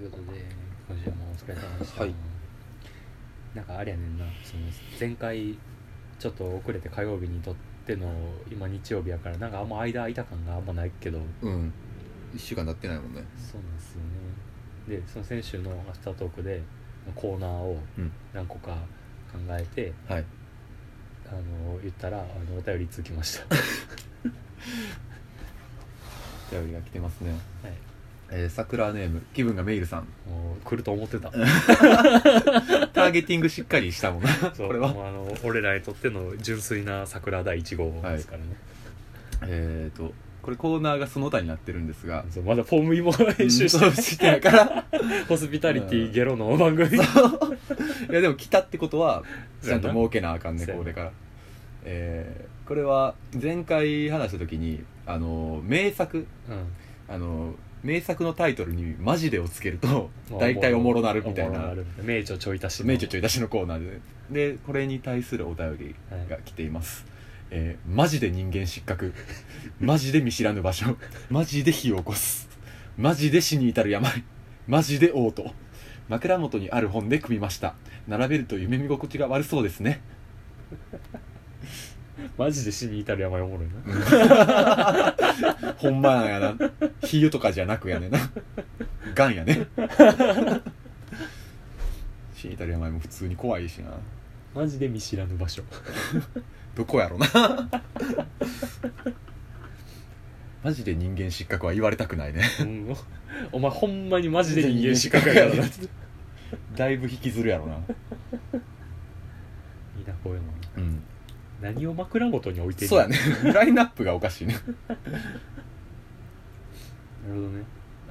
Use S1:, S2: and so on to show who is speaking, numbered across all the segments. S1: いうことで今週もお疲れ様でした、
S2: はい
S1: なんかあれやねんなその前回ちょっと遅れて火曜日に撮っての今日曜日やからなんかあんま間空いた感があんまないけど
S2: うん1週間経ってないもんね
S1: そうなんですよねでその先週の「明日トークで」コーナーを
S2: うん
S1: 何個か考えて、
S2: はい
S1: あの言ったらあのお便り続きま した
S2: お便りが来てますね
S1: はい
S2: えー、桜ネーム気分がメイルさん
S1: もう来ると思 ってた
S2: ターゲティングしっかりしたもんな
S1: そう
S2: これは
S1: もうあの俺らにとっての純粋な桜第1号ですからね、
S2: えっとこれコーナーがその他になってるんですが
S1: そうまだフォームイも編集して
S2: うんそうしてないから
S1: ホスピタリティゲロの番組そう
S2: いやでも来たってことはちゃん
S1: そう
S2: と
S1: やな
S2: 儲けなあかんね
S1: そうやな
S2: これから、えーこれは前回話した時にあの名作
S1: ん
S2: あの名作のタイトルに「マジで」をつけると大体おもろなるみたい
S1: おもろ
S2: な
S1: る名著ちょい足しの
S2: 名著ちょい出しのコーナーででこれに対するお便りが来ています、えーマジで人間失格 マジで見知らぬ場所マジで火を起こすマジで死に至る病マジで嘔吐枕元にある本で組みました並べると夢見心地が悪そうですね
S1: マジで死に至る病おもろいな
S2: ほんまなんやな比喩とかじゃなくやねんながんやね死に至る病も普通に怖いしな
S1: マジで見知らぬ場所
S2: どこやろな マジで人間失格は言われたくないね
S1: うんお前ほんまにマジで人間失格やからないい
S2: だいぶ引きずるやろな、
S1: なこういうの
S2: うん、
S1: 何を枕元に置いてんの
S2: そうやねラインナップがおかしいね
S1: なるほどね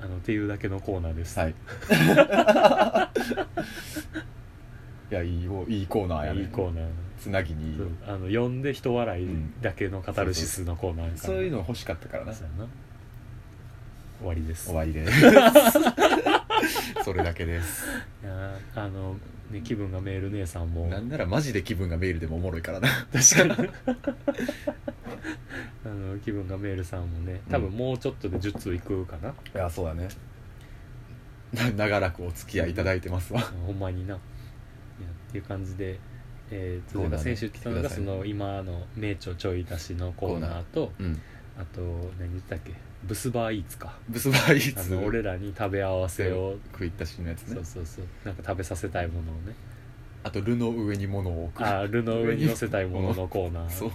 S1: あのっていうだけのコーナーです、
S2: はいいやいいおいいコーナーやね
S1: いいコーナー
S2: つなぎにいい
S1: そうあの呼んで人笑いだけのカタルシスのコーナーやから
S2: そういうの欲しかったからな
S1: そうやな終わりです
S2: 終わりです それだけです
S1: いやーあの、ね、気分がメール姉さんも
S2: なんならマジで気分がメールでもおもろいからな
S1: 確かにあの気分がメールさんもね多分もうちょっとで10通いくかな、
S2: いやそうだねな長らくお付き合いいただいてますわ
S1: ほんまにないやっていう感じで、えー、
S2: コ
S1: 例え
S2: ーナーね
S1: ば先週来たの
S2: く
S1: が
S2: ださ
S1: そ
S2: い
S1: の今の名著ちょい出しのコーナーと
S2: うん
S1: あと何言ってたっけブスバーイーツか
S2: ブスバーイ
S1: あ
S2: ーツ
S1: の俺らに食べ合わせを
S2: 食いったしのやつ
S1: そ
S2: ね
S1: うそうそうなんか食べさせたいものをね
S2: あと「ル」の上に物を置く
S1: あールの上に乗せたいもののコーナー
S2: そう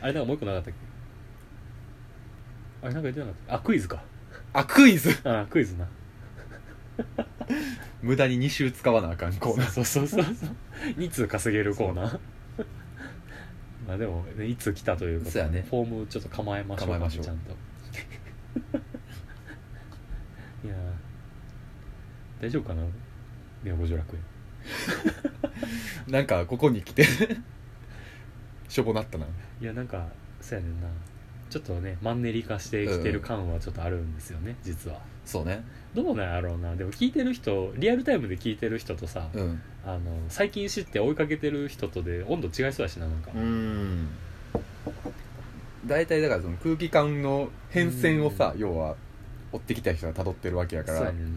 S1: あれなんかもう一個なかったっけあれなんか言ってなかったあクイズか
S2: あクイズ
S1: あクイズな
S2: 無駄に2週使わなあかんコーナー
S1: そうそうそうそう2通稼げるコーナーまあでも、ね、いつ来たということで
S2: そうやね
S1: フォームちょっと構えましょう
S2: 構えましょう
S1: ちゃんと いやー大丈夫かな宮古女楽園
S2: なんかここに来てしょぼなったない
S1: やなんかそうやねんなちょっとねマンネリ化してきてる感はちょっとあるんですよね、実は
S2: そうね
S1: どうなんやろうなでも聞いてる人リアルタイムで聞いてる人とさ、
S2: うん
S1: あの最近知って追いかけてる人とで温度違いそうやしななんか、
S2: ん大体だからその空気感の変遷をさ
S1: う
S2: 要は追ってきた人が辿ってるわけやか
S1: そう
S2: ら
S1: や
S2: だか
S1: ねん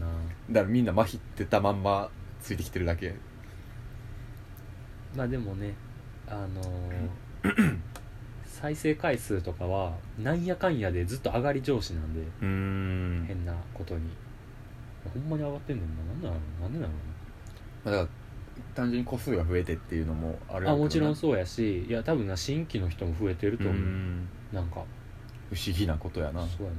S1: な
S2: らみんな麻痺ってたまんまついてきてるだけ
S1: まあでもねあのー 再生回数とかはなんやかんやでずっと上がり調子なんで
S2: うん
S1: 変なことにほんまに上がってんねんななんだろうなんでだろう
S2: だから単純に個数が増えてっていうのもある
S1: なあもちろん
S2: そ
S1: そうやしいや多分な新規の人も増えてると思う、
S2: ん
S1: なんか
S2: 不思議なことやな
S1: そうやね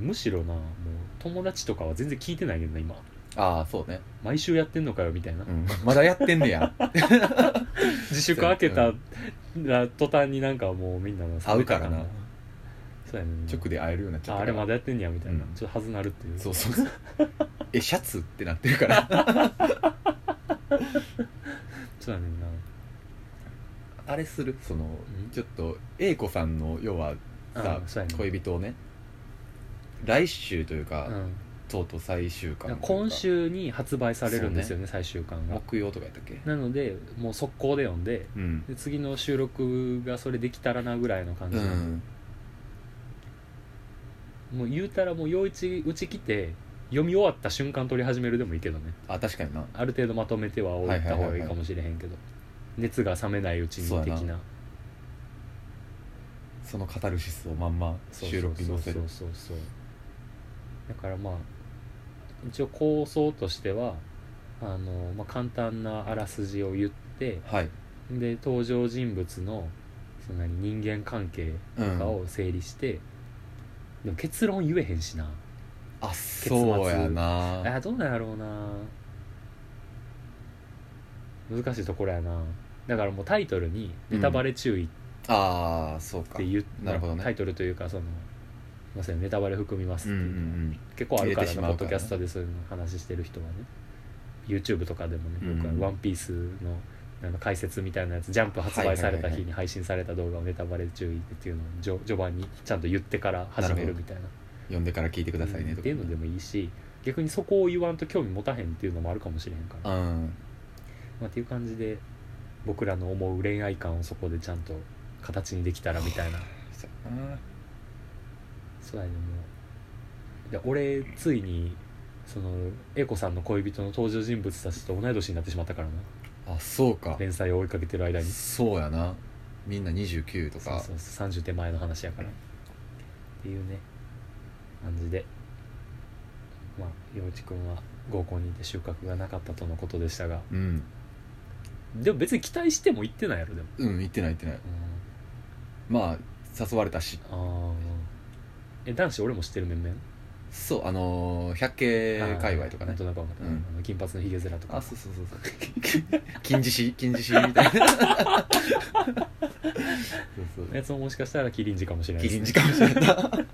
S1: むしろなもう友達とかは全然聞いてないねんな今
S2: ああそうね、
S1: 毎週やってんのかよみたいな
S2: うん、まだやってん ねや
S1: 自粛明けたら途端になんかもうみんなの
S2: 会うからな
S1: そうやねんな
S2: 直で会えるようになっちゃっ
S1: あ
S2: た
S1: あ
S2: から
S1: れまだやってんねやみたいな、
S2: うん
S1: ちょっとはずなるっていう
S2: そうそう そうえシャツってなってるから
S1: そうやねんな
S2: あれするそのちょっと A 子さんの要はさ
S1: うんそうやね
S2: 恋人をね来週というか、
S1: うん、
S2: とうとう最終巻というか
S1: 今週に発売されるんですよね最終巻が
S2: 木曜とかやったっけ
S1: なのでもう速攻で読んで
S2: うん、
S1: で次の収録がそれできたらなぐらいの感
S2: う
S1: じ、
S2: ん、
S1: もう言うたらもう陽一うち来て読み終わった瞬間撮り始めるでもいいけどね
S2: あ確かにな
S1: ある程度まとめては置いた方がいいかもしれへんけど、熱が冷めないうち
S2: そう
S1: に
S2: や
S1: 的
S2: な
S1: な
S2: そのカタルシスをまんま収録に載せる
S1: そうそうそうそうだからまあ一応構想としてはあの、まあ、簡単なあらすじを言って
S2: はい
S1: で登場人物のその何人間関係
S2: う
S1: とか
S2: ん
S1: を整理して、でも結論言えへんしな
S2: あそうやな
S1: あどうなんやろうな難しいところやなだからもうタイトルに「ネタバレ注意」
S2: ああそうか
S1: って言っ
S2: なるほどね
S1: タイトルというかその「すいませんネタバレ含みます」
S2: う
S1: っ
S2: ん
S1: てい
S2: うん
S1: う
S2: う
S1: のは
S2: ん
S1: 結構あるから
S2: 入れてし
S1: ね
S2: まう
S1: ポッ
S2: からね
S1: ドキャストでそういうの話してる人はね YouTube とかでもね、
S2: うん
S1: 僕は「ワンピースのあの解説みたいなやつ「ジャンプ」発売された日に配信された動画をネタバレ注意っていうのをじょ序盤にちゃんと言ってから始めるみたいな
S2: 読んでから聞いてくださいね
S1: うんっ
S2: とか
S1: ていうのでもいいし逆にそこを言わんと興味持たへんっていうのもあるかもしれへんから、
S2: うん
S1: まあ、っていう感じで僕らの思う恋愛観をそこでちゃんと形にできたらみたいな
S2: そうやな
S1: そうやねもういや俺ついにその英子さんの恋人の登場人物たちと同い年になってしまったからな
S2: あそうか
S1: 連載を追いかけてる間に
S2: そうやなみんな29と
S1: そう
S2: か
S1: そうそう30手前の話やからっていうね感じでまあ陽一君は合コンにいて収穫がなかったとのことでしたが
S2: うん
S1: でも別に期待しても行ってないやろでも
S2: うん行ってない行ってないまあ誘われたし
S1: ああえ男子俺も知ってる面々
S2: そうあのー百景界隈とか
S1: な
S2: ね
S1: んとなく分かった、
S2: うん
S1: あの金髪のヒゲ面とか
S2: あそうそうそうそう 金獅子金獅子みたいな そうそう
S1: やつももしかしたらキリンジかもしれない
S2: キ
S1: です
S2: リ
S1: ね
S2: ンジかもしれんないそう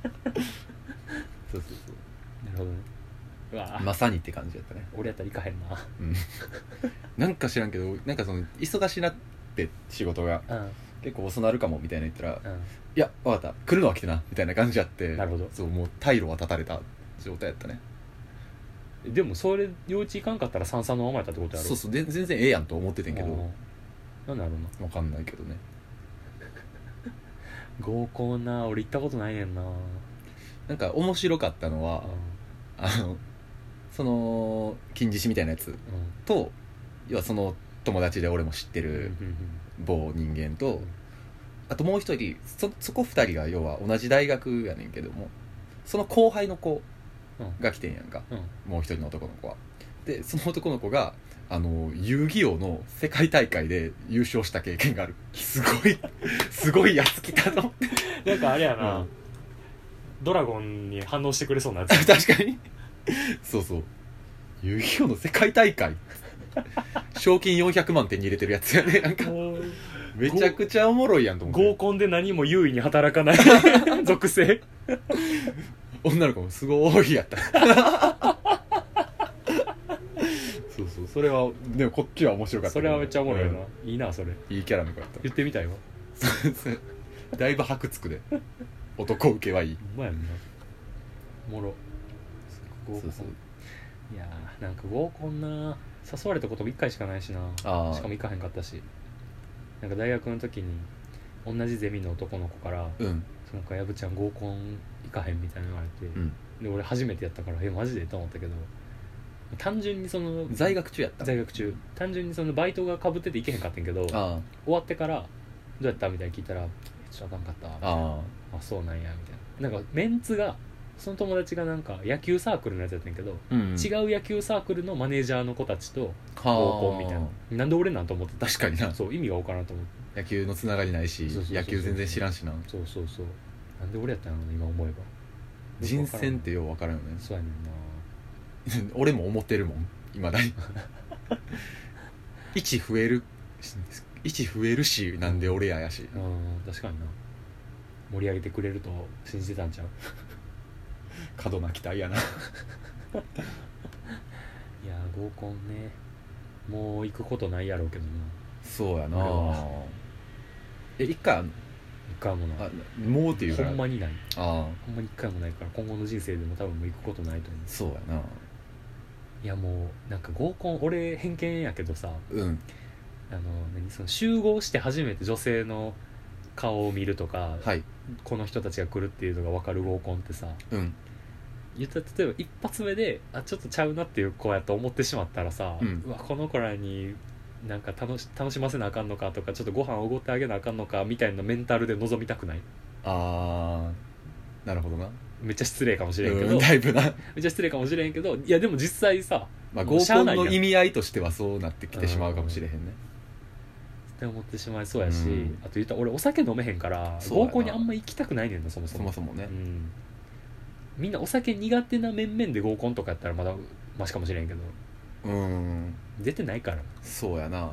S2: そうそ
S1: なるほどねうわ
S2: うまさにって感じやったね
S1: 俺やったら行かへんな
S2: うん なんか知らんけどなんかその忙しなって仕事が
S1: う
S2: 結構遅なるかもみたいな言ったら
S1: んうん
S2: 「いや分かった来るのは来てな」みたいな感じやって
S1: なるほど
S2: そうもう退路は断たれた状態やったね
S1: でもそれ幼稚行かんかったら三々のままやったってことやろ
S2: そうそうで全然ええやんと思っててんけ
S1: うん
S2: ど
S1: なんだろうな
S2: 分かんないけどね
S1: 合コンな俺行ったことないねんな
S2: なんか面白かったのはあのその金獅子みたいなやつ
S1: う
S2: と要はその友達で俺も知って
S1: ん
S2: る
S1: う
S2: 某人間と
S1: ん
S2: あともう一人そそこ二人が要は同じ大学やねんけどもその後輩の子が来てんやんか
S1: うんうん
S2: もう一人の男の子はでその男の子があの遊戯王の世界大会で優勝した経験があるすごいすごいやつ来たと思って
S1: なんかあれやな、
S2: うん
S1: ドラゴンに反応してくれそうなや つ
S2: 確かにそうそう遊戯王の世界大会賞金400万手に入れてるやつやねなんかめちゃくちゃおもろいやんと思って
S1: 合コンで何も優位に働 かない属性
S2: 女の子もすごいやったそうそうそれはでもこっちは面白かった
S1: そ
S2: けど
S1: れはめっちゃおもろいな、いいなそれ
S2: うんいいキャラの子やった
S1: 言ってみたいわ
S2: そうそう だいぶ白つくで男受けはいい
S1: ほんまやんなおもろ合コン
S2: そうそう
S1: いやーなんか合コンな誘われたことも1回しかないしな
S2: あ
S1: しかも行かへんかったしなんか大学の時に同じゼミの男の子から
S2: うん
S1: 「なんかやぶちゃん合コン行かへん」みたいなの言われて、
S2: うん
S1: で俺初めてやったから「えマジで?」と思ったけど単純にその
S2: 在学中やった
S1: 在学中単純にそのバイトがかぶってて行けへんかったんやけど終
S2: あ
S1: わってから「どうやった?」みたいに聞いたら「えちょっとあかんかった」
S2: ああ
S1: あそうなんやみたいななんかメンツがその友達がなんか野球サークルのやつやったんやけど、
S2: あう
S1: 違
S2: ん
S1: う野球サークルのマネージャーの子たちと
S2: 合
S1: 合コンみたいななんで俺なんと思ってた
S2: 確かにな
S1: そう意味が分からんと思って
S2: 野球のつながりないし
S1: そうそうそうそう
S2: 野球全然知らんしな
S1: そうそうそうなんで俺やったんやろうな今思えば
S2: 人選ってよう分からんよね
S1: そうやねんな
S2: 俺も思ってるもんいまだに1増える1増えるしなんで俺ややし
S1: うん確かにな盛り上げてくれると信じてたんちゃう
S2: 過度な期待やない
S1: やー合コンねもう行くことないやろうけどな
S2: そうやな
S1: 俺は
S2: え一回あん
S1: 一回もない
S2: あもうっていう
S1: ほ
S2: から
S1: んまにない
S2: ああ
S1: ほんまに一回もないから今後の人生でも多分もう行くことないと思う
S2: そうやない
S1: やもうなんか合コン俺偏見やけどさ
S2: うん
S1: あの何その集合して初めて女性の顔を見るとか、
S2: はい
S1: この人たちが来るっていうのが分かる合コンってさ
S2: うん
S1: 言ったら例えば一発目であちょっとちゃうなっていう子やと思ってしまったらさ、
S2: うん
S1: わこの子らになんか楽し楽しませなあかんのかとかちょっとご飯おごってあげなあかんのかみたいなメンタルで臨みたくない
S2: あーなるほどな
S1: めっちゃ失礼かもしれんけど、
S2: うん
S1: め
S2: だいぶな、
S1: っちゃ失礼かもしれんけどいやでも実際さ
S2: まあ、
S1: もう
S2: 合
S1: しゃあ
S2: コン
S1: ないやん
S2: の意味合いとしてはそうなってきてしまうかもしれへんね
S1: って思ってしまいそうやし、
S2: うん
S1: あと言ったら俺お酒飲めへんから
S2: そうや
S1: 合
S2: な
S1: コンにあんま行きたくないねんなそもそ
S2: そ
S1: も
S2: もそもね
S1: うん、みんなお酒苦手な面々で合コンとかやったらまだマシかもしれんけど
S2: うん
S1: 出てないからな
S2: そうやな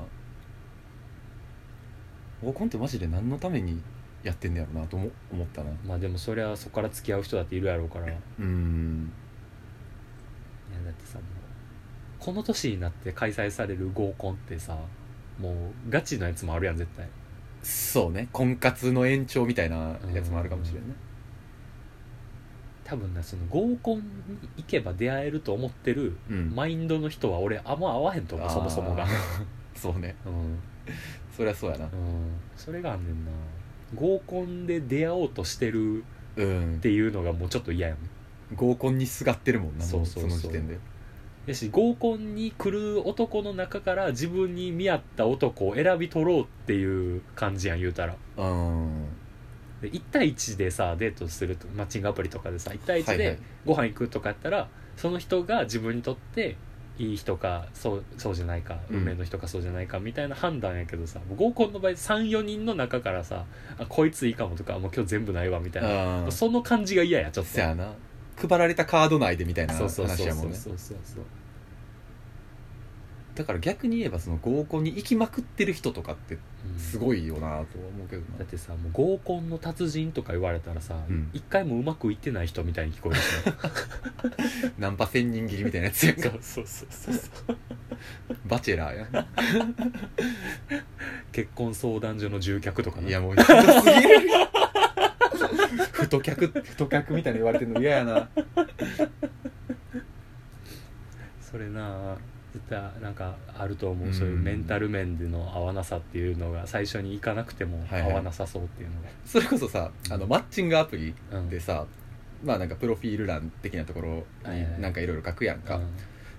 S2: 合コンってマジで何のためにやってんだやろなとも思ったな
S1: まあでもそりゃそこから付き合う人だっているやろうからいや
S2: うん
S1: だってさもうこの年になって開催される合コンってさもうガチのやつもあるやん絶対
S2: そうね婚活の延長みたいなやつもあるかもしれんね
S1: 多分なその合コンに行けば出会えると思ってる
S2: うん
S1: マインドの人は俺あんま合わへんと思うそもそもが
S2: あーそうね
S1: うん
S2: そりゃそうやな
S1: うんそれがあんねんな合コンで出会おうとしてる
S2: うん
S1: っていうのがもうちょっと嫌やもん
S2: 合コンにすがってるもんなもう
S1: そうそうそう
S2: の時点で
S1: やし合コンに来る男の中から自分に見合った男を選び取ろうっていう感じやん言うたら
S2: うん
S1: で1対1でさデートするとマッチングアプリとかでさ1対1
S2: はいはい
S1: でご飯行くとかやったら、その人が自分にとっていい人かそうそうじゃないか
S2: うん
S1: 運命の人かそうじゃないかみたいな判断やけどさ、合コンの場合34人の中からさあこいついいかもとかもう今日全部ないわみたいな、
S2: うん
S1: その感じが嫌やちょっと
S2: そやな配られたカード内でみたいな
S1: そうそうそう
S2: 話
S1: そう
S2: や
S1: そ
S2: もん
S1: う
S2: ね
S1: そうそう
S2: だから逆に言えばその合コンに行きまくってる人とかって
S1: うん
S2: すごいよなとは思うけど
S1: だ
S2: な
S1: ってさもう合コンの達人とか言われたらさ
S2: うん
S1: 一、回もうまくいってない人みたいに聞こえるしね
S2: ナンパ千人斬りみたいなやつやん か
S1: そうそうそうそう
S2: バチェラーや
S1: 結婚相談所の住客とか
S2: ん
S1: ね
S2: いやもうひどすぎる 太客太客みたいな言われてるの嫌やな
S1: それなあ絶対なんかあると思う、
S2: うん
S1: そういうメンタル面での合わなさっていうのが最初に行かなくても
S2: はいは
S1: 合
S2: い
S1: わなさそうっていうのが、
S2: それこそさあのマッチングアプリ
S1: うん
S2: でさまあなんかプロフィール欄的なところ
S1: はいはい
S2: になんかいろいろ書くやんか、
S1: うん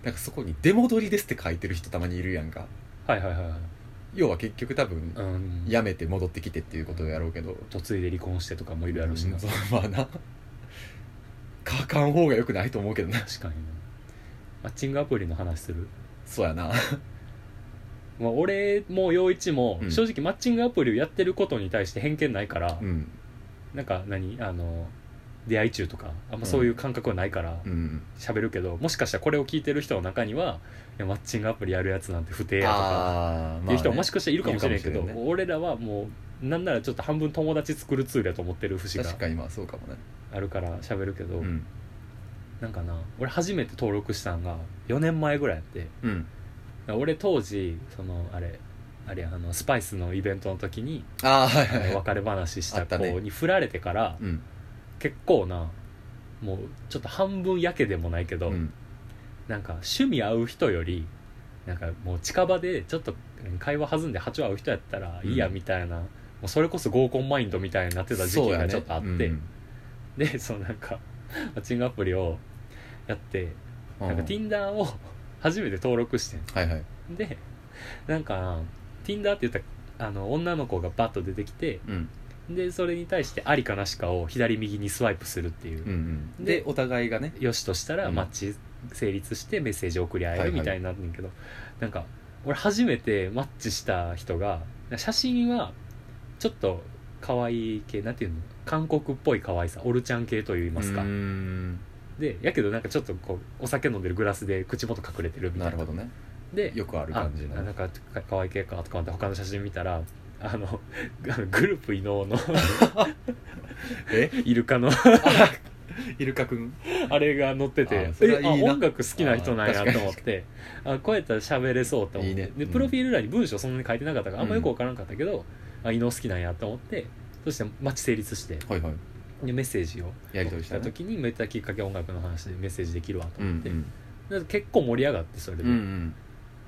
S2: なんかそこに「出戻りです」って書いてる人たまにいるやんか
S1: はいはいはいはい
S2: 要は結局多分
S1: うん
S2: 辞めて戻ってきてっていうことをやろうけど
S1: 嫁いで離婚してとかもいるやろうしな、
S2: うんそうまあな書かん方がよくないと思うけどな
S1: 確かになマッチングアプリの話する
S2: そうやな
S1: まあ、俺も陽一も
S2: うん
S1: 正直マッチングアプリをやってることに対して偏見ないから、
S2: うん
S1: なんか何あの出会い中とかあんまそういう感覚はないから
S2: うん
S1: 喋るけど、もしかしたらこれを聞いてる人の中にはいやマッチングアプリやるやつなんて不定やとか
S2: あ
S1: っ
S2: ー
S1: ていう人ももし
S2: ま
S1: かしたらいるかもしれんけど、
S2: いるかもしれん
S1: 俺らはもうなんならちょっと半分友達作るツールやと思ってる節
S2: あね、
S1: が
S2: 確かにまあそうかもね、
S1: あるから喋るけど、
S2: うん
S1: なんかな俺初めて登録したんが4年前ぐらいやって
S2: うん、
S1: 俺当時そのあれあれやあのスパイスのイベントの時に
S2: ああはい
S1: あ
S2: はい
S1: の
S2: はい、
S1: 別れ話し
S2: あ
S1: た
S2: ったね
S1: 子に振られてから、
S2: うん
S1: 結構なもうちょっと半分やけでもないけど、
S2: うん、
S1: なんか趣味合う人よりなんかもう近場でちょっと会話弾んで波長合う人やったらいいや
S2: うん
S1: みたいな、もうそれこそ合コンマインドみたいになってた時期がちょっとあって、
S2: そうやね
S1: でそのなんかマッチングアプリをやって、
S2: うん
S1: なんか
S2: うん
S1: Tinder を初めて登録してん
S2: はいはい
S1: でなんか Tinder って言ったらあの女の子がバッと出てきて
S2: うん
S1: でそれに対してありかなしかを左右にスワイプするっていう、
S2: うんうん、
S1: で
S2: でお互いがね
S1: よしとしたら
S2: うん
S1: マッチ成立してメッセージ送り合え
S2: はい
S1: る
S2: はい
S1: みたいになるんだけど、なんか俺初めてマッチした人が写真はちょっと可愛い系なんていうの韓国っぽい可愛さオルちゃん系と言いますか、
S2: うーん
S1: でやけどなんかちょっとこうお酒飲んでるグラスで口元隠れてるみたい
S2: な
S1: な
S2: るほどね
S1: で
S2: よくある感じ
S1: あ
S2: の
S1: なんかか可愛い系かとか思って他の写真見たらあの グループ伊能の
S2: え
S1: イルカの
S2: イルカくん
S1: あれが載ってて
S2: あそれはい
S1: え
S2: い
S1: あ
S2: な
S1: 音楽好きな人なん
S2: あ
S1: や
S2: 確かに
S1: と思ってあこうやったら喋れそうと思って
S2: いいね
S1: で
S2: うん
S1: プロフィール欄に文章そんなに書いてなかったからあんまよく
S2: うん
S1: 分からんかったけど、あ伊能好きなんやと思ってそしてマッチ成立して
S2: はいはい
S1: でメッセージを
S2: やり取りした
S1: 送
S2: ね
S1: った時にめったきっかけ音楽の話でメッセージできるわと
S2: うん
S1: 思って、で結構盛り上がってそれで。
S2: うんうん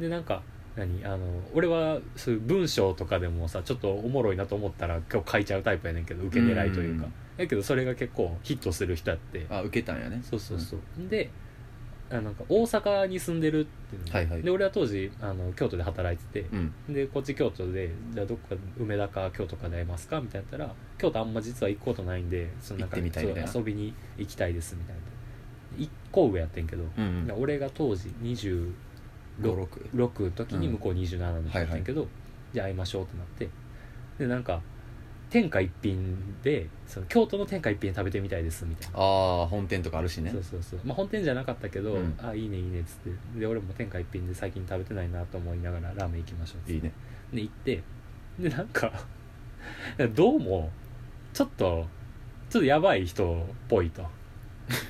S1: でなんか何あの俺はそういう文章とかでもさちょっとおもろいなと思ったら今日書いちゃうタイプやねんけど受け狙いというか、
S2: うん
S1: やけどそれが結構ヒットする人やって
S2: あ受けたんやね
S1: そうそうそう、であなんか大阪に住んでるっていうので,、
S2: はいはい
S1: で俺は当時あの京都で働いてて、
S2: うん
S1: でこっち京都でじゃあどっか梅田か京都かで会えますかみたいなやったら京都あんま実は行くことないんでそのなんか
S2: 行ってみたいみたいな
S1: そう遊びに行きたいですみたいな1個上やってんけど、
S2: うんうん
S1: で俺が当時26
S2: 56
S1: 6の時に向こう27の時だったんやけど、じゃあ会いましょうってなってでなんか天下一品でその京都の天下一品食べてみたいですみたいな
S2: ああ本店とかあるしね
S1: そうそうそう、まあ、本店じゃなかったけど、
S2: うん
S1: あいいねいいねっつってで俺も天下一品で最近食べてないなと思いながらラーメン行きましょうっつって
S2: いいね
S1: で行ってでなんか どうもちょっとちょっとやばい人っぽいと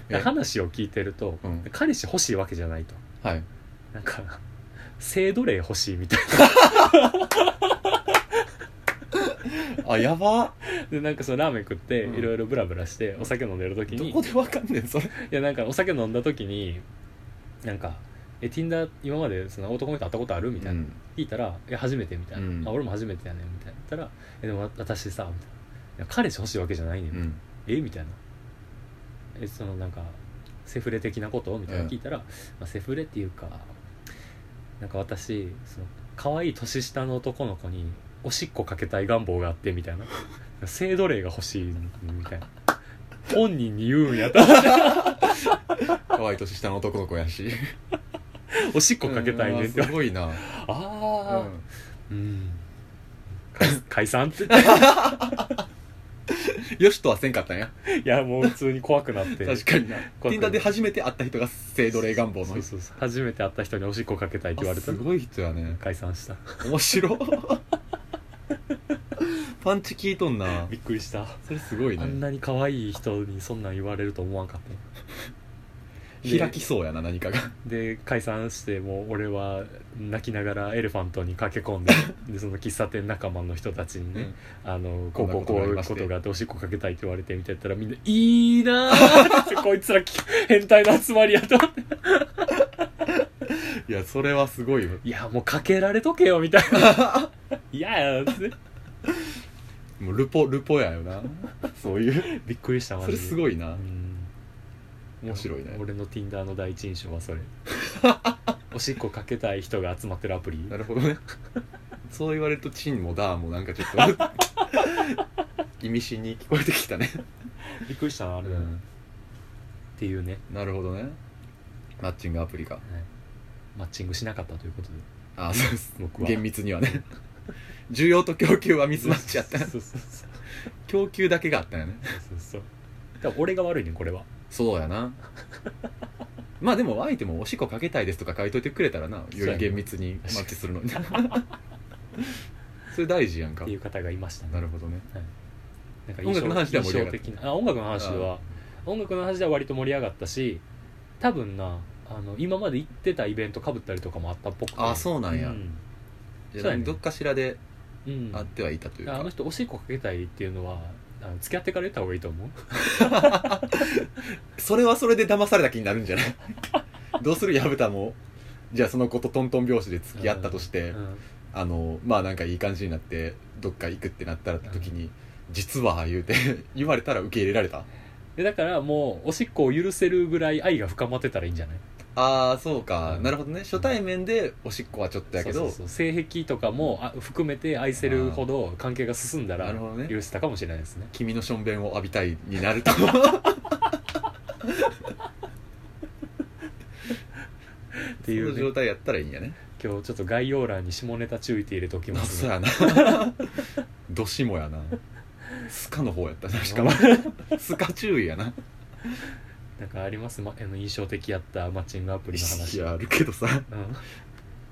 S2: え
S1: 話を聞いてると、
S2: うん
S1: 彼氏欲しいわけじゃないと
S2: はい
S1: なんか性奴隷欲しいみたい
S2: あやば
S1: なでなんかそのラーメン食って
S2: うん
S1: いろいろブラブラしてお酒飲んでる時
S2: ど
S1: に、
S2: こ
S1: い
S2: でわかんねんそれ
S1: やなんかお酒飲んだ時になんか「え Tinder 今までその男の人会ったことある?」みたいな、
S2: うん
S1: 聞いたら「いや初めて」みたいな、
S2: うん
S1: あ「俺も初めてやねん」みたいな言ったら「えでもわ私さ」みたいな「いや彼氏欲しいわけじゃないねん」
S2: うん
S1: えみたいなえそのなんかセフレ的なことみたいな
S2: うん
S1: 聞いたら、まあ、セフレっていうかなんか私その可愛い年下の男の子におしっこかけたい願望があってみたいな性奴隷が欲しいみたいな本人に言うんや ったら
S2: 可愛い年下の男の子やし
S1: おしっこかけたいねって
S2: うんすごいな
S1: あ
S2: う
S1: あーう
S2: ん
S1: ん解解散って
S2: よしとはせんかったんや
S1: いやもう普通に怖くなって
S2: 確かにな
S1: 怖くな
S2: Tinder
S1: い
S2: で初めて会った人が性奴隷願望の
S1: そうそうそう初めて会った人におしっこかけたいって言われた
S2: あすごい人やね
S1: 解散した
S2: 面白パンチ効いとんな
S1: びっくりした
S2: それすごい
S1: あん
S2: ね
S1: なに可愛い人にそんなん言われると思わんかったで
S2: 開きそうやな何かが
S1: で解散してもう俺は泣きながらエレファントに駆け込ん ででその喫茶店仲間の人たちにね、あのこ
S2: こ
S1: うん
S2: な
S1: こう
S2: こと
S1: こ
S2: が
S1: うい
S2: あり
S1: う
S2: まして
S1: ことがあっておしっこかけたいって言われてみたいなやったらみんな「いいなーって」こいつらき変態の集まりやと思って
S2: いやそれはすごいわ
S1: 「いやもうかけられとけよ」みたいな 「いやや」って
S2: もうルポルポやよなそういう
S1: びっくりしたマ
S2: そ
S1: ジ
S2: れ
S1: です
S2: ごいな
S1: うん
S2: 面白いね
S1: 俺の Tinder の第一印象は それおしっこかけたい人が集まってるアプリ
S2: なるほどね そう言われるとチンもダーもなんかちょっ と意味深に聞こえてきたね、
S1: びっくりしたなあれだなっていうね、
S2: なるほどねマッチングアプリか
S1: マッチングしなかったということで
S2: あそうです
S1: 僕は
S2: 厳密にはね需要と供給はミスマッチやった
S1: そうそうそう
S2: 供給だけがあったよね
S1: そうそうだから俺が悪いねんこれは
S2: そうやなまあでも相手もおしっこかけたいですとか書いといてくれたらなよ
S1: そうや
S2: り
S1: な
S2: 厳密にマッチするのに それ大事やんか
S1: っていう方がいましたね
S2: なるほどね
S1: なんか
S2: 音楽の話では盛り上がった
S1: 印象的なあ音楽の話は音楽の話では割と盛り上がったし多分なあの今まで行ってたイベントかぶったりとかもあったっぽくて
S2: あそうなんや
S1: うん
S2: じ
S1: そ
S2: ゃ
S1: うや
S2: あ
S1: ね
S2: どっかしらで
S1: うん
S2: 会ってはいたという
S1: あ
S2: か
S1: の人おしっこかけたいっていうのはあの付き合ってから言った方がいいと思う
S2: それはそれで騙された気になるんじゃない どうする薮田もじゃあその子とトントン拍子で付き合ったとして、
S1: うん
S2: あのまあなんかいい感じになってどっか行くってなったら時に、実は言うて 言われたら受け入れられた
S1: でだからもうおしっこを許せるぐらい愛が深まってたらいいんじゃない
S2: ああそうか、
S1: うん
S2: なるほどね初対面でおしっこはちょっとやけど
S1: そうそうそう性癖とかもあ含めて愛せるほど関係が進んだ
S2: な
S1: ら
S2: るほどね
S1: 許せたかもしれない ですね
S2: 君のしょんべんを浴びたいになる と
S1: ってい
S2: そうの状
S1: ね
S2: 態やったらいいんやね
S1: 今日ちょっと概要欄に下ネタ注意って入れておきま
S2: あ
S1: す
S2: そう
S1: ね
S2: やな どしもや なスカの方やったなしか もスカ注意やな
S1: なんかあります、ま、あの印象的やったマッチングアプリの
S2: い
S1: 話
S2: やあるけどさ
S1: う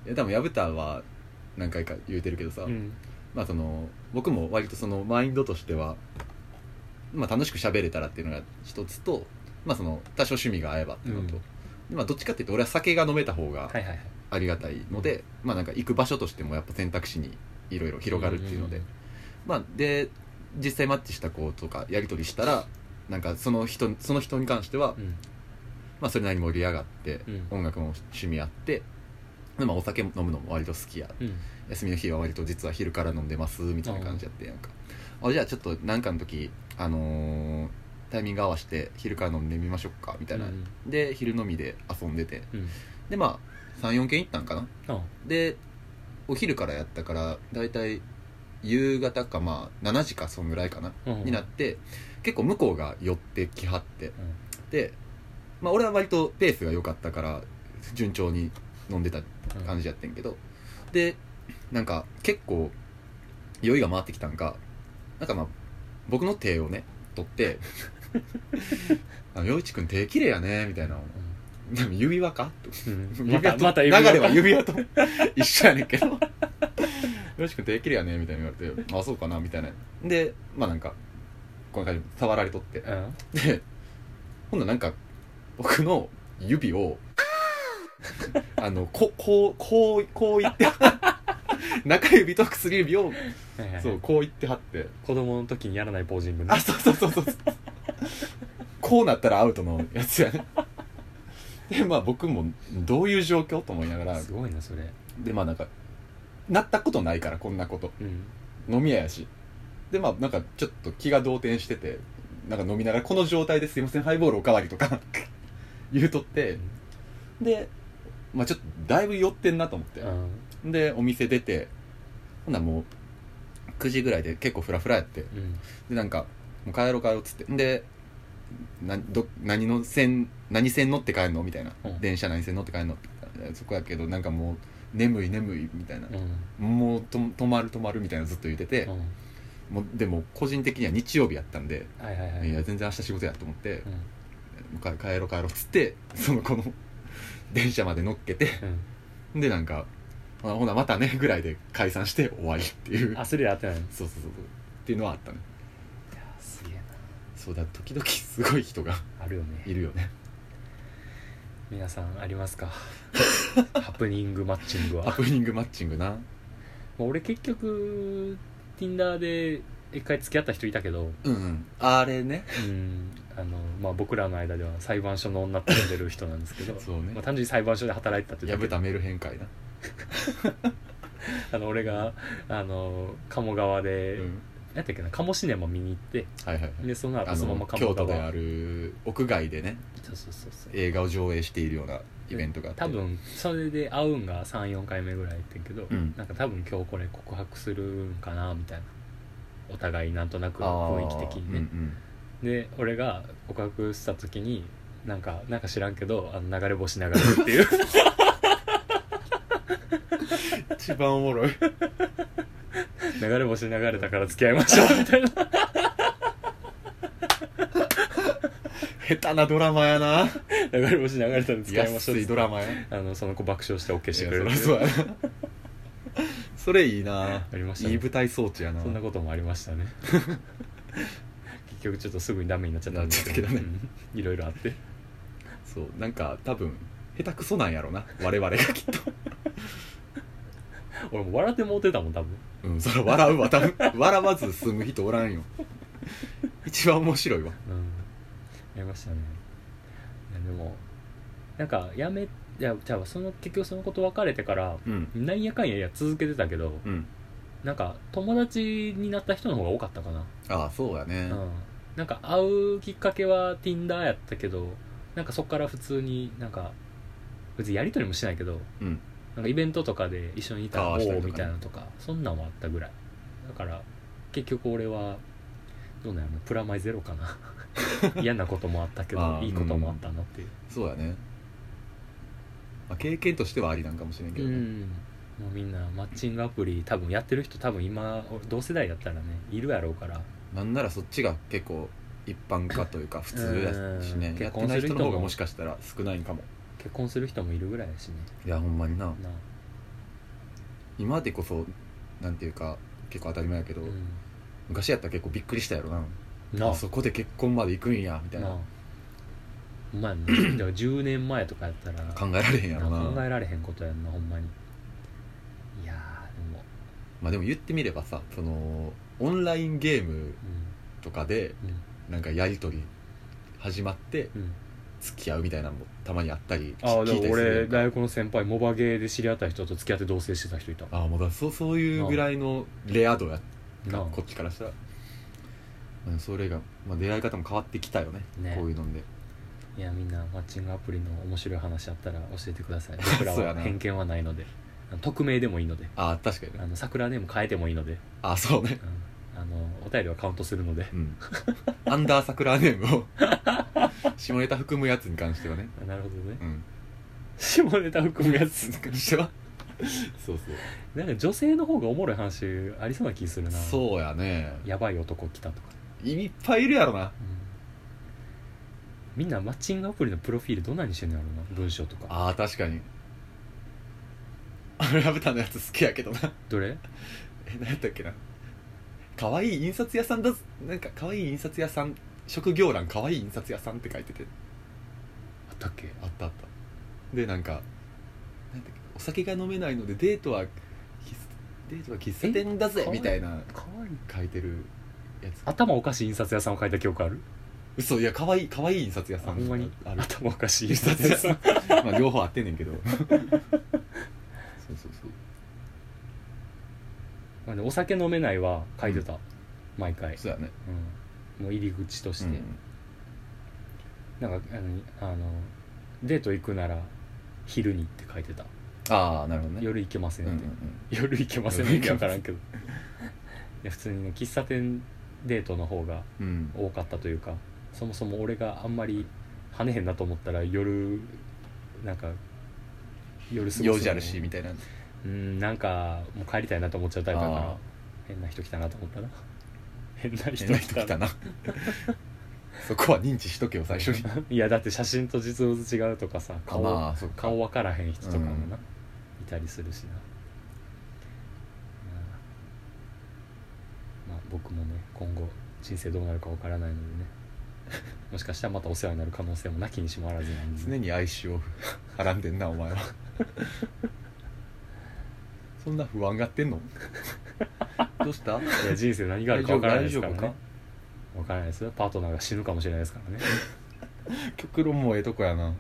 S2: いや多分薮田は何回か言うてるけどさ、
S1: ん、うん
S2: まあその僕も割とそのマインドとしては、まあ、楽しく喋れたらっていうのが一つと、まあ、その多少趣味が合えばっていうのと、
S1: うん
S2: でまあ、どっちかっていうと俺は酒が飲めた方が
S1: はいはいはい
S2: ありがたいので、まあなんか行く場所としてもやっぱ選択肢にいろいろ広がるっていうので、
S1: うん
S2: まあで実際マッチした子とかやり取りしたらなんかその人その人に関しては、
S1: うん
S2: まあ、それなりに盛り上がって、
S1: うん
S2: 音楽も趣味あってでまあお酒飲むのも割と好きや
S1: うん
S2: 休みの日は割と実は昼から飲んでますみたいな感じやってなんかあじゃあちょっとなんかの時あのータイミング合わせて昼から飲んでみましょうかみたいな、
S1: うん
S2: で昼飲みで遊んでて
S1: うん
S2: でまあ34軒行ったんかな
S1: あ
S2: でお昼からやったから大体夕方かまあ7時かそんぐらいかな、
S1: うん
S2: になって結構向こうが寄ってきはって
S1: うん
S2: で、まあ、俺は割とペースが良かったから順調に飲んでた
S1: うん
S2: 感じやってんけど、でなんか結構酔いが回ってきたんかなんかまあ僕の手をね 取って「あの陽一君手綺麗やね」みたいな「でも指輪か?」と
S1: うん
S2: 指輪と
S1: また
S2: 流
S1: また
S2: れは指輪と一緒やねんけどよろしくできるやねみたいに言われてあそうかなみたいなでまあなんかこんな感じで触られとって
S1: うん
S2: でほんならなんか僕の指をあのここうこうこういって中指と薬指を
S1: はいはい
S2: そうこういってはって
S1: 子供の時にやらないポージングね
S2: あそうそうそうそうこうなったらアウトのやつやねでまあ僕もどういう状況と思いながら
S1: すごいなそれ
S2: でまあなんかなったことないからこんなこと
S1: うん
S2: 飲み屋やしでまあなんかちょっと気が動転しててなんか飲みながらこの状態ですいませんハイボールおかわりとか 言うとってでまあちょっとだいぶ酔ってんなと思って
S1: うん
S2: でお店出てほんならもう9時ぐらいで結構フラフラやって
S1: うん
S2: でなんか「もう帰ろう帰ろう」っつってでなど何の線何線乗って帰るのみたいな、
S1: うん
S2: 電車何線乗って帰るのえそこやけどなんかもう眠い眠いみたいな
S1: う、ん
S2: もうと止まる止まるみたいなずっと言ってて、
S1: うん
S2: もうでも個人的には日曜日やったんで、
S1: はいはいはい
S2: いや全然明日仕事やと思って
S1: う、ん
S2: もう帰帰ろう帰ろうっつって その子の電車まで乗っけて
S1: うん
S2: でなんか「あほなまたね」ぐらいで解散して終わりっていう
S1: あそれやってないのい
S2: そうそうそうそうっていうのはあったね
S1: やすげえ
S2: そうだ時々すごい人が
S1: なあるよね
S2: いるよね
S1: 皆さんありますか ハプニングマッチング
S2: ハ
S1: は
S2: プニングマッチングな
S1: 俺結局 Tinder で一回付き合った人いたけど
S2: うん、うん、あれね
S1: うんあの、まあ、僕らの間では裁判所の女って呼んでる人なんですけど
S2: そうね
S1: まあ、単純に裁判所で働いてたっていうだ
S2: 破
S1: け
S2: ったメルヘン会な
S1: あの俺があの鴨川
S2: う
S1: で、
S2: ん
S1: なんていうかな鴨シネマ見に行って
S2: はいはいはい
S1: でその後
S2: あ
S1: そのま
S2: の
S1: ま鴨
S2: 京
S1: 川
S2: 都である屋外でね
S1: そうそうそうそう
S2: 映画を上映しているようなイベントがあって
S1: 多分それで会うんが34回目ぐらいやってんけど、
S2: うん
S1: なんか多分今日これ告白するんかなみたいなお互いなんとなく雰囲気的にね、
S2: うん
S1: で俺が告白した時になんかなんか知らんけどあの流れ星流れるって いう
S2: うん、一番おもろい
S1: 流れ星流れたから付き合いましょうみたいな
S2: 下手なドラマやな
S1: 流れ星流れたんで付き合いましょう
S2: 安
S1: っ
S2: いドラマや
S1: あのその子爆笑して OK してくれ
S2: い
S1: る
S2: やそりゃそうやなそれいいな
S1: ありました
S2: い
S1: ね
S2: い舞台装置やな
S1: そんなこともありま したね結局ちょっとすぐにダメになっちゃったんですけど
S2: なっちゃったけど
S1: うんいろいろあって
S2: そうなんか多分下手くそなんやろな我々がきっと
S1: 俺も笑ってもうてたもん多分
S2: うんそれ笑うわ多分笑わず済む人おらんよ一番面白いわ
S1: うんやりましたねいやでもなんかやめいやじゃあその結局その子と別れてから
S2: うん
S1: なんやかんやいや続けてたけど
S2: うん
S1: なんか友達になった人の方が多かったかな、
S2: ああそうや
S1: う
S2: ね
S1: んなんか会うきっかけは Tinder やったけどなんかそこから普通になんか別にやり取りもしないけど
S2: うん
S1: なんかイベントとかで一緒にいたらお
S2: 交わした
S1: ー
S2: りとかね
S1: みたいなのとかそんなんもあったぐらいだから結局俺はどうなんやろプラマイゼロか な嫌なこともあったけど
S2: あー
S1: いいこともあったなっていう
S2: そうやね、まあ、経験としてはありなんかもしれんけ
S1: う
S2: どね、
S1: んもうみんなマッチングアプリ多分やってる人多分今同世代やったらねいるやろうから
S2: なんならそっちが結構一般化というか普通やし
S1: う
S2: ね
S1: ん
S2: や
S1: 結
S2: ってない人の
S1: 婚する人
S2: 方
S1: も
S2: がもしかしたら少ないんかも
S1: 結婚する人もいるぐらいやしね
S2: いやほんまにな
S1: なあ
S2: 今までこそなんていうか結構当たり前やけど、
S1: うん
S2: 昔やったら結構びっくりしたやろな
S1: な
S2: あそこで結婚まで行くんやみたい
S1: な
S2: な
S1: あほん まあ、ね、だから10年前とかやったら
S2: 考えられへんやろな
S1: 考えられへんことやんなほんまにいやーでも
S2: まあ、でも言ってみればさそのオンラインゲーム
S1: う
S2: とかで
S1: んうん
S2: なんかやり取り始まって
S1: うん
S2: 付き合うみたいなのもたまにあったり
S1: あーで
S2: 聞いた
S1: も
S2: りす
S1: 俺
S2: る
S1: 大学の先輩モバゲーで知り合った人と付き合って同棲してた人いた
S2: ああもうだそうそういうぐらいのレア度やっ
S1: な
S2: た
S1: あ
S2: こっちからしたら、まあそれが、まあ、出会い方も変わってきたよね
S1: ね
S2: こういうので
S1: いやみんなマッチングアプリの面白い話あったら教えてくださ い僕ら
S2: そうや
S1: は
S2: な
S1: 偏見はないのであの匿名でもいいので
S2: ああ確かにね
S1: あの桜ネーム変えてもいいので、
S2: ああそうね
S1: うん、あのお便りはカウントするので
S2: うん アンダー桜ネームを下ネタ含むやつに関してはね
S1: あ なるほどね
S2: うん
S1: 下ネタ含むやつ
S2: に関してはそうそう
S1: なんか女性の方がおもろい話ありそうな気するなう
S2: そうやね
S1: やばい男来たとか、
S2: いっぱいいるやろな
S1: うんみんなマッチングアプリのプロフィールどんなにしてんのやろうな文章とか
S2: ああ確かにあのラブタンのやつ好きやけどな
S1: どれ
S2: え何やったっけな可愛い印刷屋さんだぞなんか可愛い印刷屋さん職業欄可愛い印刷屋さんって書いてて
S1: あったっけ
S2: あったあったでなんかなんだっけお酒が飲めないのでデートは喫デートは喫茶店だ
S1: え
S2: ぜ
S1: 可愛い
S2: みたいな
S1: かわいい
S2: 書いてるやつ
S1: 頭おかしい印刷屋さんを書いた記憶ある
S2: 嘘いや可愛い可愛い印刷屋さ
S1: あ
S2: ん
S1: ほんまに
S2: ある
S1: 頭おかしい
S2: 印
S1: 印
S2: 刷
S1: 刷
S2: 屋
S1: 屋
S2: さ
S1: さ
S2: ん
S1: ん
S2: まあ両方合ってんねんけどそうそうそう
S1: まあねお酒飲めないは書いてた、毎回、
S2: そうやね
S1: うん、もう入り口として、なんかあのあのデート行くなら昼にって書いてた
S2: ああなるほどね
S1: 夜行けません
S2: うん
S1: っ
S2: うん
S1: て、夜行けませんって意味わからんけどいや普通にね喫茶店デートの方が
S2: うんうん
S1: 多かったというかそもそも俺があんまり跳ねへんなと思ったら夜なんか夜過ごすのも
S2: 用事あるしみたいな
S1: うんなんかもう帰りたいなと思っちゃうタイプだか
S2: あー
S1: ら変な人来たなと思ったら変な人
S2: 変な人来たなそこは認知しとけよ最初 に
S1: いやだって写真と実物違うとかさ顔,、
S2: まあそっか
S1: 顔分からへん人とかもな、
S2: う
S1: いたりするしな、まあ、まあ僕もね今後人生どうなるか分からないのでね もしかしたらまたお世話になる可能性もなきにしもあらずなんで、
S2: 常に哀愁を はらんでんなお前は そんな不安がってんの どうした
S1: いや人生何があるか分からないですから
S2: 大丈夫
S1: ね
S2: か
S1: 分からないですよパートナーが死ぬかもしれないですからね
S2: 極論もええとこやな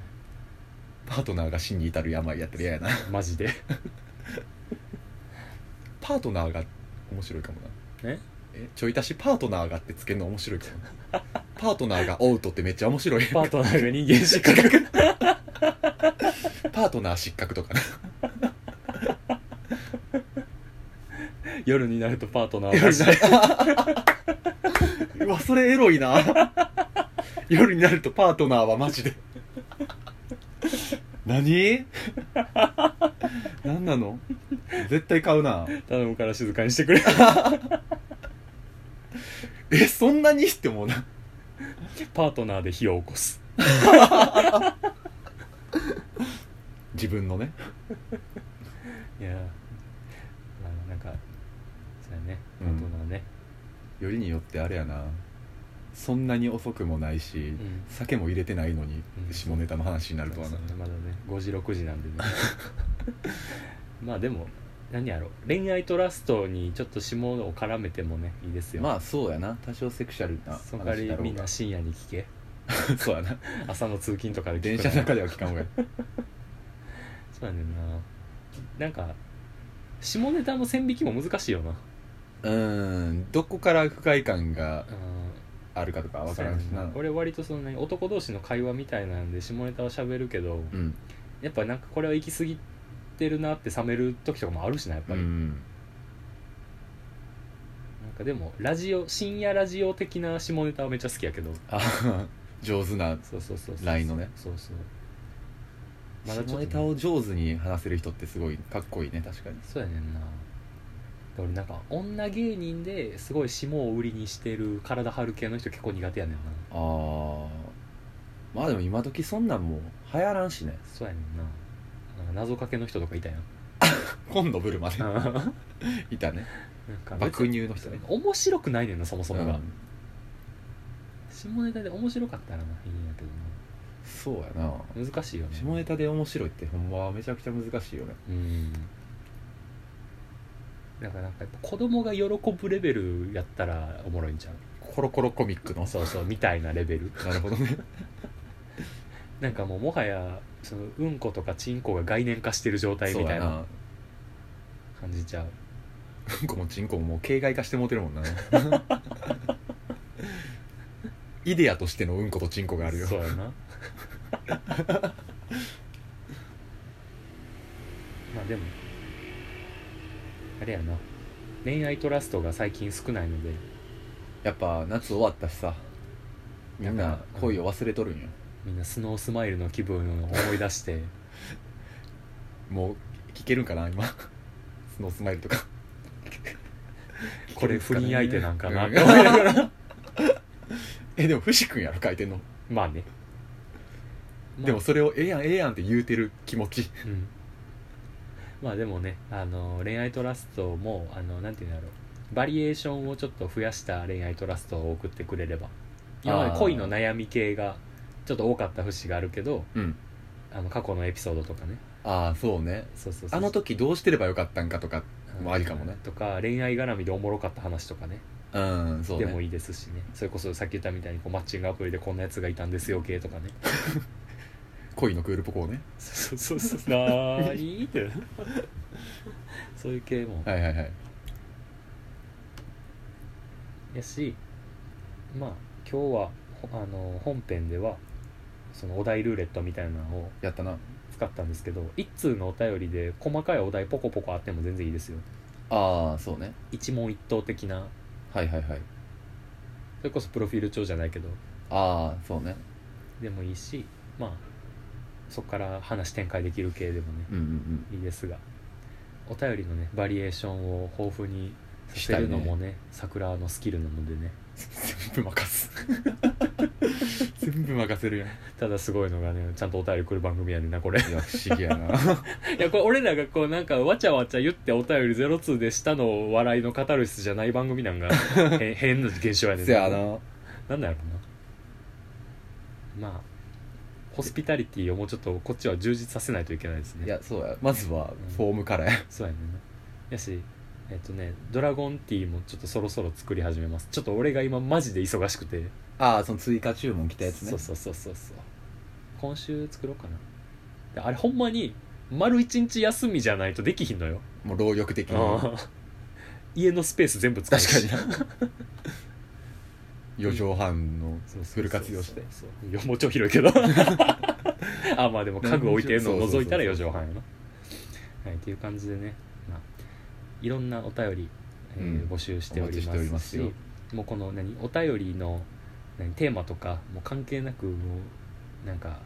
S2: パートナーが死に至る病やったら嫌やな
S1: マジで
S2: パートナーが面白いかもな
S1: え
S2: えちょい足しパートナーがってつけるの面白いかもなパートナーがオウトってめっちゃ面白い
S1: パートナーが人間失格
S2: パートナー失格とかね
S1: 夜になるとパートナーが死ぬ
S2: うわそれエロいな夜になるとパートナーはマジで何何なの絶対買うな
S1: 頼むから静かにしてくれ
S2: えそんなにって思うな
S1: パートナーで火を起こす
S2: 自分のね
S1: いやーまあなんかそうやね
S2: う
S1: パ
S2: ん
S1: ートナーね、
S2: よりによってあれやなそんなに遅くもないし、
S1: ん
S2: 酒も入れてないのに
S1: うん
S2: 下ネタの話になるとは
S1: そう
S2: な
S1: そうまだね5時6時なんでね まあでも何やろ恋愛トラストにちょっと霜を絡めてもねいいですよ
S2: まあそうやな多少セクシャルな
S1: その代わ
S2: だ
S1: り
S2: ろ
S1: み
S2: うんが
S1: な深夜に聞け
S2: そうやな
S1: 朝の通勤とかで聞く
S2: 電車の中では聞かんほうがいい
S1: そうやねんななんか下ネタの線引きも難しいよな
S2: うーんどこから不快感
S1: う
S2: が
S1: ん
S2: あるかとかわ
S1: そ
S2: か
S1: うや
S2: らんし
S1: ねん
S2: な
S1: な俺割とその、ね、男同士の会話みたいなんで下ネタは喋るけど、
S2: うん
S1: やっぱなんかこれは行き過ぎてるなって冷める時とかもあるしなやっぱ
S2: う
S1: り、
S2: ん
S1: なんかでもラジオ深夜ラジオ的な下ネタはめっちゃ好きやけど
S2: あ上手な
S1: そうそうそうそう
S2: ラインのね
S1: そうそうまだちょっと
S2: 下
S1: ね
S2: ネタを上手に話せる人ってすごいかっこいいね確かに
S1: そうやねんな俺なんか女芸人ですごい下を売りにしてる体張る系の人結構苦手やねんな
S2: あーまあでも今時そんなんもう流行らんしね
S1: そうやねんななんか謎かけの人とかい たやん
S2: 今度ブルまで
S1: なんか
S2: いたね
S1: 別に
S2: 爆乳の人ね
S1: 面白くないねんなそもそもが、
S2: うん
S1: 下ネタで面白かったらないいんやけ
S2: そうやな
S1: どな難しいよね
S2: 下ネタで面白いってほんまはめちゃくちゃ難しいよね
S1: うんなんかなんかやっぱ子供が喜ぶレベルやったらおもろいんちゃう
S2: コロコロコミックの
S1: そうそうみたいなレベル
S2: なるほどね
S1: なんかもうもはやそのうんことかちんこが概念化してる状態
S2: そう
S1: みた
S2: や
S1: いな
S2: な
S1: 感じちゃう
S2: うんこもちんこももう形骸化してもうてる もんなイデアとしてのうんことちんこがあるよ
S1: そうや なまあでもあれやな恋愛トラストが最近少ないので
S2: やっぱ夏終わったしさみん
S1: やっ
S2: な
S1: ぱ
S2: 恋を忘れとるんよ、
S1: みんなスノースマイルの気分を思い出して
S2: もう聞けるんかな今 スノースマイルとか
S1: これ不倫相手なんかな
S2: うん えでも藤君やろ書いてんの、
S1: まあね、まあ
S2: でもそれをええやんええやんって言うてる気持ち
S1: うんまあでもねあの恋愛トラストもあのなんていうんだろうバリエーションをちょっと増やした恋愛トラストを送ってくれれば今まで恋の悩み系がちょっと多かった節があるけど
S2: うん
S1: あの過去のエピソードとかね
S2: ああそうね
S1: そうそうそう
S2: あの時どうしてればよかったんかとか
S1: うん
S2: もありかもね
S1: とか恋愛絡みでおもろかった話とかね
S2: うんそうね
S1: でもいいですしねそれこそさっき言ったみたいにこうマッチングアプリでこんなやつがいたんですよ系とかね
S2: 恋のクールポコね
S1: そうそうそうそうなーにってそういう系も
S2: はいはいはい
S1: やしまあ今日はほあの本編ではそのお題ルーレットみたいなのを
S2: やったな
S1: 使ったんですけど一通のお便りで細かいお題ポコポコあっても全然いいですよ
S2: ああそうね
S1: 一問一答的な
S2: はいはいはい
S1: それこそプロフィール帳じゃないけど
S2: ああそうね
S1: でもいいしまあそこから話展開できる系でもね
S2: うんうんうん
S1: いいですがお便りのねバリエーションを豊富にさせるのもね桜のスキルなのでね
S2: 全部任す全部任せるやん
S1: ただすごいのがねちゃんとお便り来る番組やねんなこれ
S2: いや不思議やない
S1: やこれ俺らがこうなんかわちゃわちゃ言ってお便りゼロツーでしたの笑いのカタルシスじゃない番組なん がへ変な現象やねん
S2: せやな
S1: なんだろうなまあホスピタリティをもうちょっとこっちは充実させないといけないですね
S2: いやそうやまずはフォームからや
S1: そうやねんなやしえっとねドラゴンティーもちょっとそろそろ作り始めますちょっと俺が今マジで忙しくて
S2: ああその追加注文来たやつね
S1: そうそうそうそうそう今週作ろうかなであれほんまに丸一日休みじゃないとできひんのよ
S2: もう労力的に
S1: ああ 家のスペース全部使う
S2: 確か
S1: し
S2: にな 4畳半の
S1: そうそうそうそう
S2: フル活用して
S1: いやもうちょい広い けどあまあでも家具置いてるのを覗いたら
S2: そ
S1: 4
S2: うそうそうそ
S1: 畳
S2: う
S1: 半やなはいっていう感じでね、まあ、いろんなお便り、えー
S2: うん
S1: 募集しており
S2: お待ちしており
S1: ま
S2: ますす
S1: し
S2: よ
S1: もうこの何お便りの何テーマとかもう関係なくもうなんか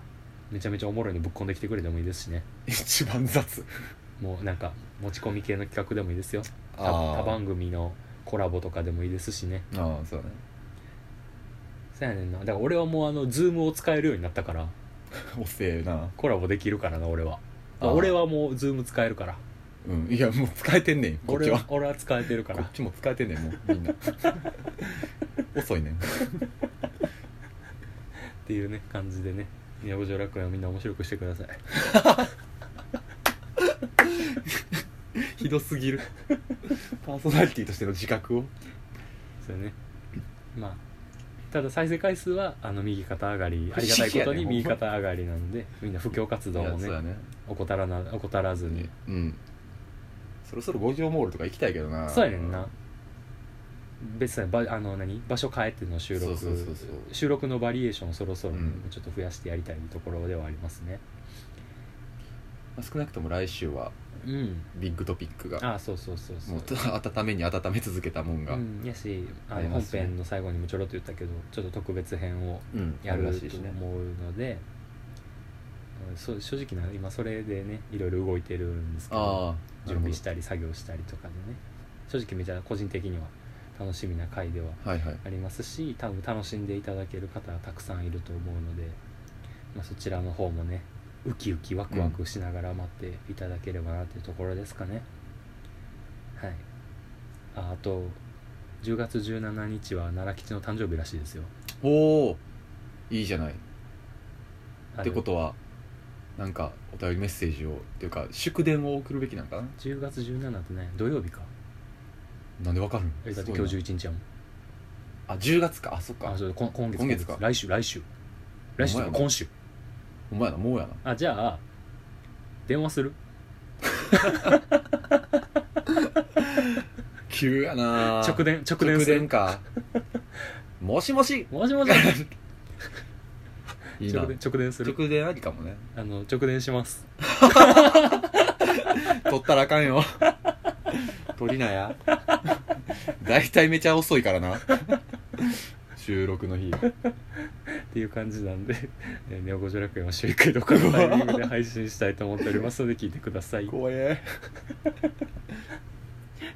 S1: めちゃめちゃおもろいのぶっ込んできてくれてもいいですしね
S2: 一番雑
S1: もうなんか持ち込み系の企画でもいいですよ他
S2: あ
S1: 他
S2: あ
S1: 番組のコラボとかでもいいですしね
S2: ああそうだね
S1: そうやねんなだから俺はもうあのズームを使えるようになったから
S2: おせえな
S1: コラボできるからな俺は
S2: あー
S1: 俺はもうズーム使えるから
S2: うんいやもう使えてんねんこっ
S1: 俺
S2: ち
S1: は
S2: は
S1: 俺は使えてるか
S2: こ
S1: ら
S2: っちも使えてんねんもうみ んな遅い ねん
S1: っていうね感じでね宮古城楽園をみんな面白くしてください
S2: ひどすぎるパーソナリティとしての自覚を
S1: それねまあただ再生回数はあの右肩上がりありがたいことに右肩上がりなのでみんな布教活動
S2: い
S1: も
S2: やそう
S1: ね
S2: やね
S1: 怠らな怠らずに
S2: うんそろそろ五条モールとか行きたいけどな
S1: そうやねんな別にばあの何場所変えての収録
S2: そうそうそうそう
S1: 収録のバリエーションをそろそろね、
S2: うん
S1: ちょっと増やしてやりたいところではありますね
S2: まあ少なくとも来週は
S1: うん
S2: ビッグトピックが
S1: あそうそうそうそう
S2: もう 温めに温め続けたもんが
S1: うん、やしあ
S2: あり
S1: の本
S2: ますね
S1: 編の最後にもちょろっと言ったけどちょっと特別編を
S2: うん
S1: やる
S2: ら
S1: と
S2: しいしね
S1: 思うので、うんそう正直な今それでねいろいろ動いてるんですけど
S2: ああ
S1: 準備したたり作業したりとかでね正直めちゃ個人的には楽しみな回では
S2: はいはい
S1: ありますし多分楽しんでいただける方がたくさんいると思うので、まあ、そちらの方もねウキウキワクワクしながら待っていただければなというところですかね、はいああと10月17日は奈良吉の誕生日らしいですよ
S2: おおいいじゃない
S1: あ
S2: っ
S1: れ
S2: てことはなんかお便りメッセージをっていうか祝電を送るべきなんかな
S1: 10月17ってね土曜日か
S2: なんでわかる
S1: えだ
S2: のす
S1: って
S2: ご
S1: 今
S2: いな
S1: 日11日やもん
S2: あ10月かあそっか
S1: あそうこん今月
S2: 今月か
S1: 来週来週来週
S2: お前
S1: 今週
S2: お前やなもうやな
S1: あじゃあ電話する
S2: 急やな
S1: 直電直電
S2: 直
S1: する
S2: 電かもしもし
S1: もしもし
S2: いいな
S1: 直電直電する
S2: 直電ありかもね
S1: あの直電します
S2: 取ったらあかんよ 取りなや 大体めちゃ遅いからな収録の
S1: っ
S2: 日
S1: ていう感じなんで 「えーネオ五条楽園」は週1回どこかのタイミングで配信したいと思っておりますので聞いてください
S2: 怖え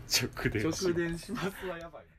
S1: 直電します
S2: 電しますはやばい